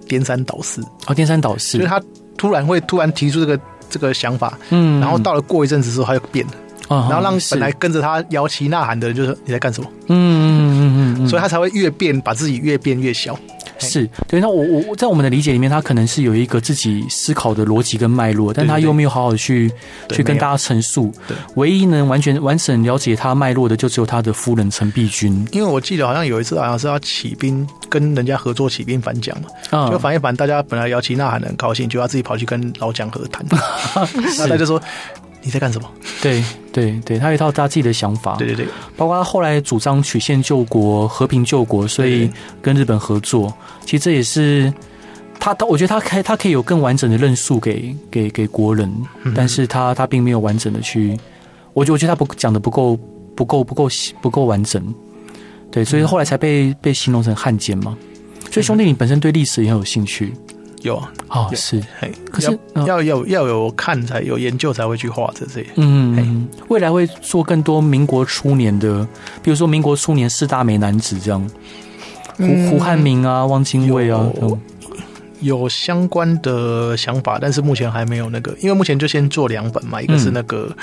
B: 颠三倒四，
A: 哦，颠三倒
B: 就
A: 四，
B: 是他突然会突然提出这个这个想法，
A: 嗯
B: 然后，到了过一阵子之后他又变了，
A: 嗯
B: 然后让
A: 是
B: 本来跟着他摇旗呐喊的人就说你在干什么，
A: 嗯嗯嗯嗯嗯，
B: 所以他才会越变，把自己越变越小。
A: 是对。那我我我在我们的理解里面，他可能是有一个自己思考的逻辑跟脉络，但
B: 对对
A: 他又没有好好地去
B: 对
A: 去跟
B: 没有
A: 大家陈述
B: 对。
A: 唯一能完全完整了解他脉络的，就只有他的夫人陈璧君。
B: 因为我记得好像有一次好啊像是要起兵，跟人家合作起兵反蒋嘛，
A: 啊
B: 就反一反，大家本来摇旗呐喊的很高兴，就他自己跑去跟老蒋和 谈，那他就说你在干什么？
A: 对对对，他有一套他自己的想法，
B: 对对对，
A: 包括他后来主张曲线救国、和平救国，所
B: 对
A: 以
B: 对
A: 跟日本合作。其实这也是他，他我觉得他开他可以有更完整的论述给给给国人，
B: 嗯
A: 但是他他并没有完整的去，我觉得我觉得他不讲的不够不够不够不够完整，对，
B: 嗯
A: 所以后来才被被形容成汉奸嘛。所以兄弟，你本身对历史也很有兴趣
B: 有啊，
A: 啊、
B: 对
A: 是，
B: 嘿，
A: 可是
B: 要
A: 嗯
B: 要要要有看才有研究才会去画这些。
A: 嗯，未来会做更多民国初年的，比如说民国初年四大美男子这样，胡胡汉民啊、汪精卫啊，
B: 有有相关的想法，但是目前还没有那个，因为目前就先做两本嘛，
A: 嗯
B: 一个是那个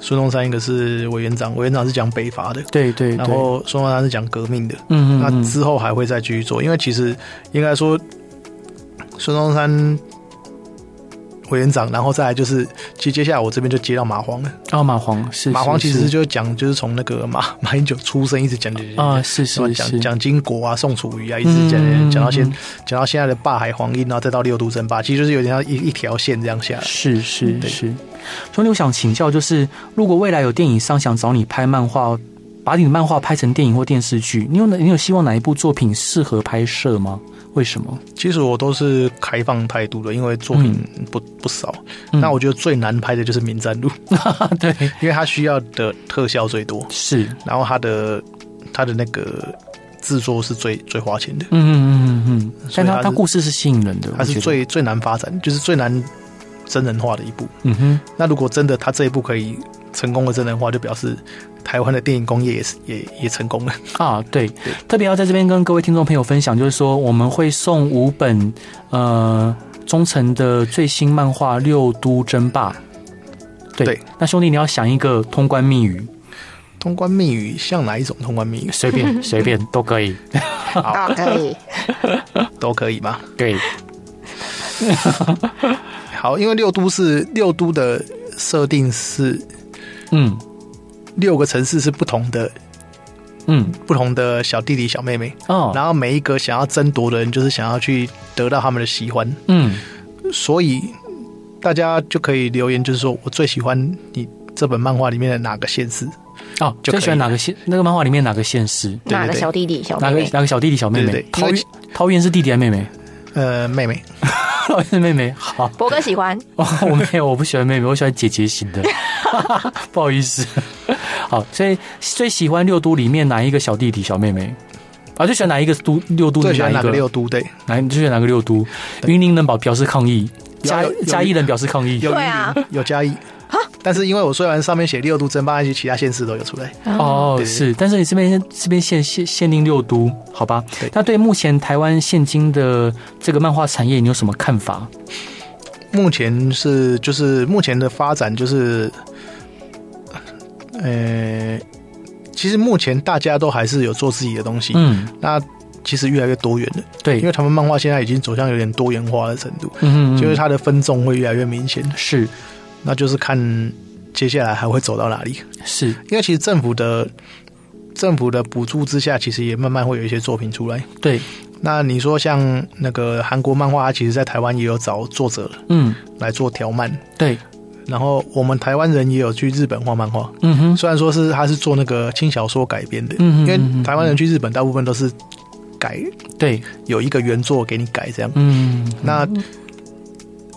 B: 孙中山，一个是委员长，委员长是讲北伐的，
A: 对对对，
B: 然后孙中山是讲革命的。
A: 嗯
B: 那
A: 嗯嗯，
B: 之后还会再继续做，因为其实应该说，孙中山委员长，然后再来就是，其实接下来我这边就接到蚂蟥了。
A: 啊，马黄是
B: 蚂蟥其实
A: 是
B: 就讲，就是从那个马马英九出生一直讲讲讲
A: 啊，是
B: 什么
A: 是
B: 蒋
A: 是，
B: 蒋经国啊、宋楚瑜啊，一直讲
A: 嗯
B: 讲到现
A: 嗯
B: 讲到现在的霸海黄英，然后再到六度争霸，其实就是有点像一一条线这样下来。
A: 是是
B: 对
A: 是。所以我想请教，就是如果未来有电影商想找你拍漫画，把你的漫画拍成电影或电视剧，你有哪你有希望哪一部作品适合拍摄吗？为什么？
B: 其实我都是开放态度的，因为作品
A: 嗯
B: 不、不少。那我觉得最难拍的就是《民战路》，
A: 对，
B: 因为它需要的特效最多，
A: 是，
B: 然后它的它的那个制作是最最花钱的，
A: 嗯嗯嗯嗯嗯，
B: 所
A: 但
B: 以
A: 他
B: 它
A: 他
B: 是
A: 故事是吸引人的，
B: 它
A: 我觉
B: 是
A: 得，
B: 最最难发展，就是最难真人化的一部。
A: 嗯哼。
B: 那如果真的它这一部可以成功的真人化，就表示台湾的电影工业也是也也成功了。
A: 啊，对，特别要在这边跟各位听众朋友分享，就是说我们会送五本呃忠诚的最新漫画《六都争霸》。对，
B: 对
A: 那兄弟你要想一个通关密语，
B: 通关密语像哪一种通关密语
A: 随 便随便都可以。
C: 哦，可以，
B: 都可以吗？
A: 对，
B: 好，因为六都是六都的设定是
A: 嗯
B: 六个城市是不同的
A: 嗯
B: 不同的小弟弟小妹妹，
A: 哦，
B: 然后每一个想要争夺的人就是想要去得到他们的喜欢，
A: 嗯
B: 所以大家就可以留言，就是说我最喜欢你这本漫画里面的哪个县市？
A: 哦，
B: 就可
A: 最
B: 以
A: 喜欢哪个县？那个漫画里面哪个县市？
B: 对
D: 哪个小弟弟、小
A: 哪
D: 妹
A: 个
D: 妹？
A: 哪个小弟弟小妹妹
B: 对对？对
A: 桃
B: 因为
A: 园桃园是弟弟还是妹妹？
B: 呃，妹妹，
A: 桃园是妹妹。好，
C: 博哥喜欢，
A: 哦，我没有，我不喜欢妹妹，我喜欢姐姐型的， 不好意思。好，所以最喜欢六都里面哪一个小弟弟、小妹妹？啊，最喜欢哪一个都六都
B: 最
A: 里
B: 喜欢
A: 哪一
B: 哪个
A: 个？
B: 六都？对，
A: 哪最喜欢哪个六都？云林人保表示抗议，
B: 有
A: 嘉
B: 有有
A: 嘉义人表示抗议。
B: 有云
C: 对啊
B: 林，有嘉义。但是因为我虽然上面写六都争霸，但是其他县市都有出来。
A: 哦，
B: 对
A: 是，但是你这边这边限限限定六都，好吧
B: 对？
A: 那对目前台湾现今的这个漫画产业，你有什么看法？
B: 目前是就是目前的发展就是，呃，其实目前大家都还是有做自己的东西。
A: 嗯，
B: 那其实越来越多元了，
A: 对，
B: 因为他们漫画现在已经走向有点多元化的程度，
A: 嗯嗯嗯
B: 就是它的分众会越来越明显。
A: 是
B: 那就是看接下来还会走到哪里。
A: 是，
B: 因为其实政府的政府的补助之下，其实也慢慢会有一些作品出来。
A: 对，
B: 那你说像那个韩国漫画，它其实在台湾也有找作者
A: 嗯，
B: 来做条漫，
A: 对，
B: 然后我们台湾人也有去日本画漫画。
A: 嗯哼，
B: 虽然说是他是做那个轻小说改编的，
A: 嗯嗯嗯
B: 因为台湾人去日本大部分都是改
A: 对，
B: 有一个原作给你改这样。
A: 嗯，
B: 那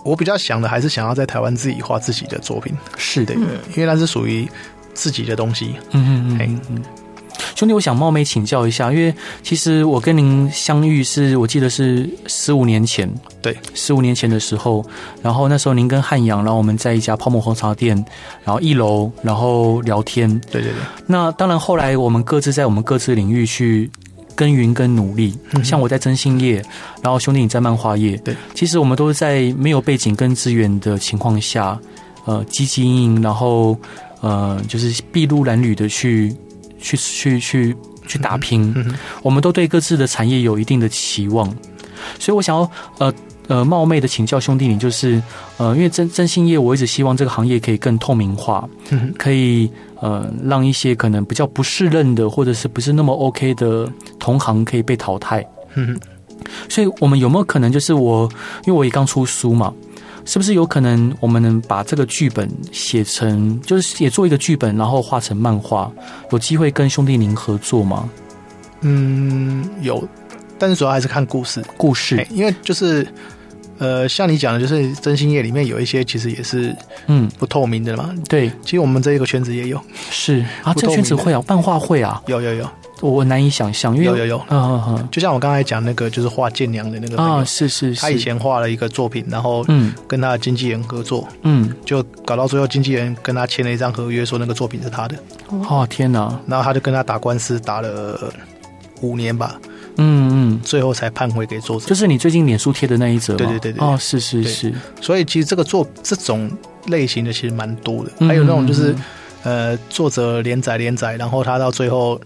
B: 我比较想的还是想要在台湾自己画自己的作品，
A: 是的
B: 对，，因为那是属于自己的东西。
A: 嗯嗯
B: 嘿
A: 嗯嗯。兄弟，我想冒昧请教一下，因为其实我跟您相遇是我记得是十五年前，
B: 对，
A: 十五年前的时候，然后那时候您跟汉阳，然后我们在一家泡沫红茶店，然后一楼，然后聊天。
B: 对对对。
A: 那当然，后来我们各自在我们各自领域去耕耘跟努力，
B: 嗯
A: 像我在征信业，然后兄弟你在漫画业，
B: 对，
A: 其实我们都是在没有背景跟资源的情况下，呃，积极应营，然后呃，就是筚路蓝缕的去去去去去打拼，
B: 嗯哼
A: 我们都对各自的产业有一定的期望，所以我想要呃呃冒昧的请教兄弟你，就是呃，因为征征信业，我一直希望这个行业可以更透明化，
B: 嗯哼
A: 可以呃让一些可能比较不适任的或者是不是那么 OK 的同行可以被淘汰。
B: 嗯
A: 所以我们有没有可能就是我，因为我也刚出书嘛，是不是有可能我们能把这个剧本写成，就是也做一个剧本，然后画成漫画，有机会跟兄弟您合作吗？
B: 嗯，有，但是主要还是看故事，
A: 故
B: 嘿
A: 事，
B: 因为就是呃，像你讲的，就是真心业里面有一些其实也是
A: 嗯，
B: 不透明的嘛。
A: 对，
B: 其实我们这一个圈子也有，
A: 是啊，
B: 不
A: 这
B: 透
A: 个
B: 明
A: 圈子会啊，漫画会啊，
B: 有有有
A: 我我难以想象，因为
B: 有有有，
A: 嗯嗯嗯
B: 就像我刚才讲那个，就是画剑娘的那个朋友，
A: 啊，是是是，
B: 他以前画了一个作品，然后
A: 嗯
B: 跟他的经纪人合作，
A: 嗯，
B: 就搞到最后，经纪人跟他签了一张合约，说那个作品是他的，
A: 哦天哪，
B: 然后他就跟他打官司，打了五年吧，
A: 嗯嗯，
B: 最后才判回给作者
A: 就。是你最近脸书贴的那一则吗？
B: 对对对对
A: 哦是是
B: 对
A: 是，
B: 所以其实这个作这种类型的其实蛮多的，
A: 嗯
B: 还有那种就是、呃作者连载连载，然后他到最后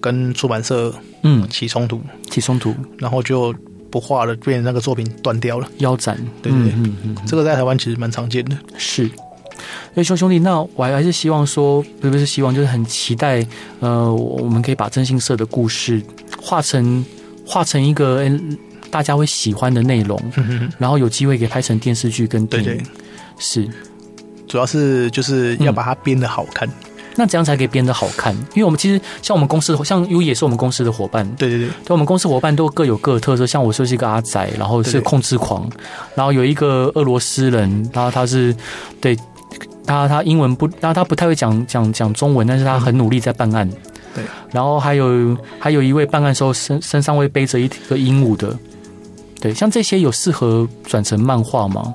B: 跟出版社
A: 嗯，
B: 起冲突，
A: 起冲突
B: 然后就不画了，变成那个作品断掉了。
A: 腰斩，
B: 对对对
A: 嗯嗯嗯。
B: 这个在台湾其实蛮常见的。
A: 是。所以说，兄弟，那我还还是希望说，不是不是希望，就是很期待，呃，我我们可以把真心社的故事画成画成一个、诶大家会喜欢的内容，然后有机会给拍成电视剧跟电
B: 嗯对
A: 影。
B: 对，
A: 是。
B: 主要是就是要把它编得好看。
A: 那怎样才可以编得好看？因为我们其实像我们公司，像 U 也是我们公司的伙伴，
B: 对对对，
A: 对，我们公司伙伴都各有各的特色，像我就是一个阿仔，然后是
B: 对对
A: 控制狂，然后有一个俄罗斯人，然后他是对他他英文不，然后他不太会讲讲讲中文，但是他很努力在办案。
B: 对，
A: 然后还有还有一位办案时候身身上会背着一个鹦鹉的。对，像这些有适合转成漫画吗？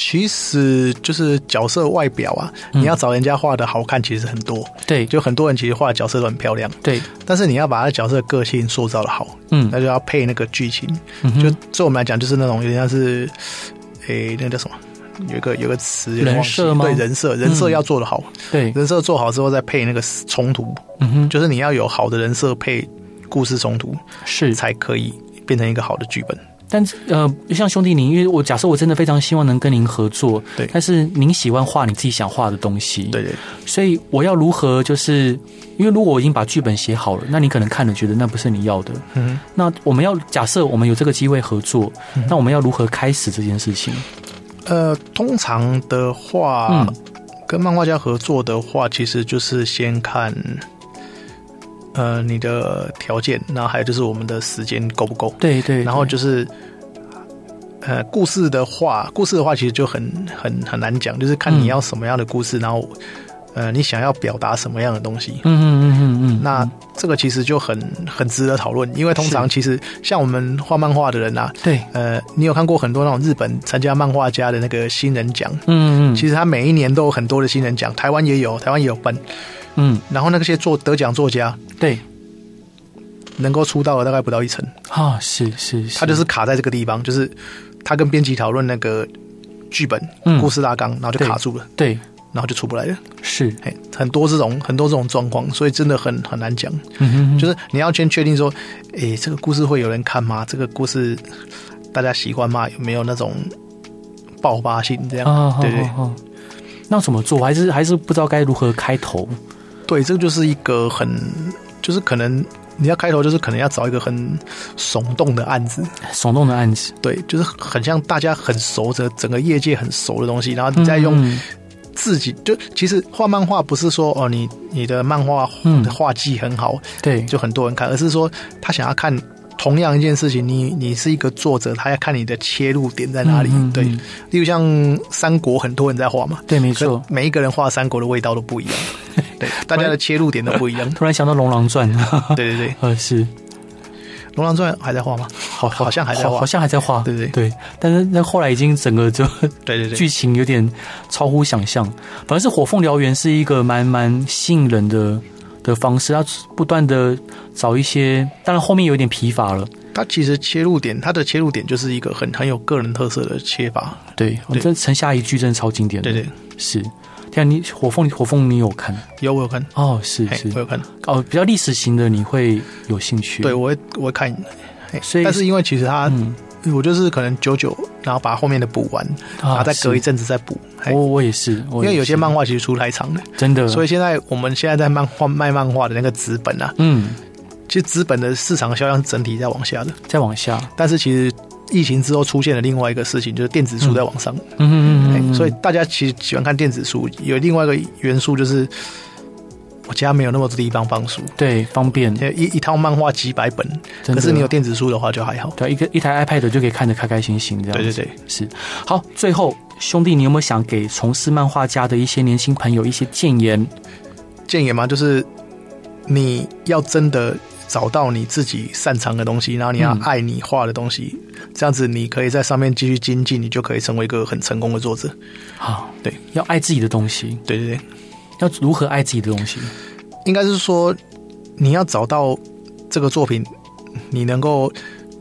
B: 其实就是角色外表啊，
A: 嗯
B: 你要找人家画的好看，其实很多，
A: 对，
B: 就很多人其实画的角色都很漂亮，
A: 对，
B: 但是你要把他角色的个性塑造的好，
A: 嗯，
B: 那就要配那个剧情。
A: 嗯哼
B: 就对我们来讲，就是那种有点像是，诶、那个叫什么有一个有一个词有点
A: 人
B: 忘记
A: 设吗
B: 对人设，人设
A: 嗯
B: 要做得好，
A: 对，
B: 人设做好之后再配那个冲突，
A: 嗯哼，
B: 就是你要有好的人设配故事冲突，
A: 是。
B: 才可以变成一个好的剧本。
A: 但呃，像兄弟您，因为我假设我真的非常希望能跟您合作，
B: 对
A: 但是您喜欢画你自己想画的东西，，
B: 对对，
A: 所以我要如何就是，因为如果我已经把剧本写好了，那你可能看了觉得那不是你要的，
B: 嗯，
A: 那我们要假设我们有这个机会合作，那我们要如何开始这件事情？
B: 呃，通常的话，
A: 嗯
B: 跟漫画家合作的话，其实就是先看。呃，你的条件，然后还有就是我们的时间够不够，
A: 对对，
B: 然后就是，呃，故事的话，故事的话其实就很很很难讲，就是看
A: 嗯
B: 你要什么样的故事，然后呃，你想要表达什么样的东西。
A: 嗯嗯嗯嗯嗯，
B: 那这个其实就很很值得讨论，因为通常其实像我们画漫画的人啊，
A: 对，
B: 呃，你有看过很多那种日本参加漫画家的那个新人奖，
A: 嗯嗯，
B: 其实他每一年都有很多的新人奖，台湾也有，台湾也有办。
A: 嗯
B: 然后那些做得奖作家
A: 对，
B: 能够出道的大概不到一成，
A: 啊是是是，
B: 他就是卡在这个地方，就是他跟编辑讨论那个剧本、
A: 嗯
B: 故事大纲，然后就卡住了，
A: 对
B: 然后就出不来了。
A: 是，
B: 嘿，很多这种很多这种状况，所以真的很很难讲。
A: 嗯哼哼
B: 就是你要先确定说，诶、这个故事会有人看吗？这个故事大家喜欢吗？有没有那种爆发性？这样，
A: 啊，
B: 对对
A: 好好好那怎么做？我还是还是不知道该如何开头。
B: 对，这个就是一个很，就是可能你要开头就是可能要找一个很耸动的案子，
A: 耸动的案子，
B: 对，就是很像大家很熟的整个业界很熟的东西，然后你再用
A: 嗯
B: 自己就其实画漫画不是说哦你你的漫画
A: 嗯
B: 的画技很好，
A: 对，
B: 就很多人看，而是说他想要看同样一件事情，你你是一个作者，他要看你的切入点在哪里。
A: 嗯嗯嗯
B: 对，例如像三国，很多人在画嘛，
A: 对，没
B: 可
A: 错。
B: 每一个人画三国的味道都不一 样，对，大家的切入点都不一样。
A: 突然想到《龙狼传》
B: 对 对对，《
A: 呃，是，
B: 龙狼传》还在画吗？好，好像还在
A: 好
B: 画
A: 好。像还在画，
B: 对对
A: 对。但是那后来已经整个就
B: 对对对，
A: 剧情有点超乎想象。反正是《火凤燎原》是一个蛮蛮吸引人的的方式，它不断的找一些，当然后面有点疲乏了。
B: 他其实切入点，他的切入点就是一个很很有个人特色的切法。
A: 对，我
B: 对
A: 这城下一句真的超经典的，
B: 对对，
A: 是。天啊，你火凤火凤你有看
B: 有我有看，
A: 哦？是
B: 嘿，
A: 是
B: 我有看，
A: 哦，比较历史型的你会有兴趣？
B: 对，我会我会看。嘿
A: 所以
B: 但是因为其实他，
A: 嗯，
B: 我就是可能九九，然后把后面的补完，然
A: 啊
B: 后再隔一
A: 是
B: 阵子再补。嘿
A: 我我也是，嗯我
B: 因为有些漫
A: 画
B: 画其实出太长了，
A: 真的，
B: 所
A: 以
B: 以现在我们现在在漫画卖漫画的那个纸本啊，
A: 嗯，
B: 其实纸本的市场销量整体在往下的，
A: 再往下，
B: 但是其实。疫情之后出现了另外一个事情，就是电子书在往上，
A: 嗯嗯嗯
B: 哎
A: 嗯，
B: 所以大家其实喜欢看电子书。有另外一个元素就是，我家没有那么多地方放书，
A: 对方便，
B: 一一套漫画几百本，
A: 真的
B: 可是你有电子书的话就还好。
A: 对一个一台 iPad 就可以看得开开心心这样子。
B: 对对对，
A: 是好。最后，兄弟，你有没有想给从事漫画家的一些年轻朋友一些建言？
B: 建议嘛，就是你要真的找到你自己擅长的东西，然后你要
A: 嗯
B: 爱你画的东西，这样子你可以在上面继续精进，你就可以成为一个很成功的作者。
A: 好，
B: 对，
A: 啊要爱自己的东西，
B: 对对对，
A: 要如何爱自己的东西？
B: 应该是说你要找到这个作品，你能够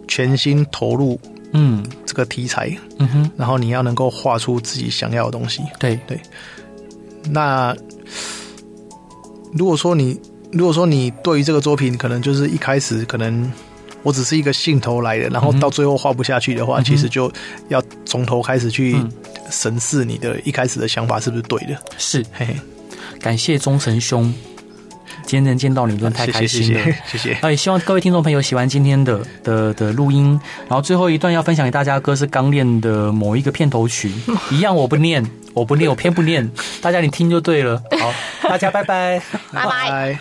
B: 全心投入
A: 嗯
B: 这个题材，
A: 嗯哼，
B: 然后你要能够画出自己想要的东西。
A: 对，
B: 那如果说你如果说你对于这个作品，可能就是一开始可能我只是一个兴头来的，然后
A: 嗯哼
B: 到最后画不下去的话，
A: 嗯哼
B: 其实就要从头开始去
A: 嗯
B: 审视你的一开始的想法是不是对的。
A: 是
B: 嘿嘿，
A: 感谢忠诚兄，今天能见到你，真嗯的太
B: 谢
A: 开
B: 谢谢
A: 心了。
B: 谢谢谢，
A: 那也呃希望各位听众朋友喜欢今天的的的录音。然后最后一段要分享给大家的歌是刚练的某一个片头曲，一样我不念，我不念，我偏不念，大家你听就对了。好，大家拜拜。
C: 拜拜。。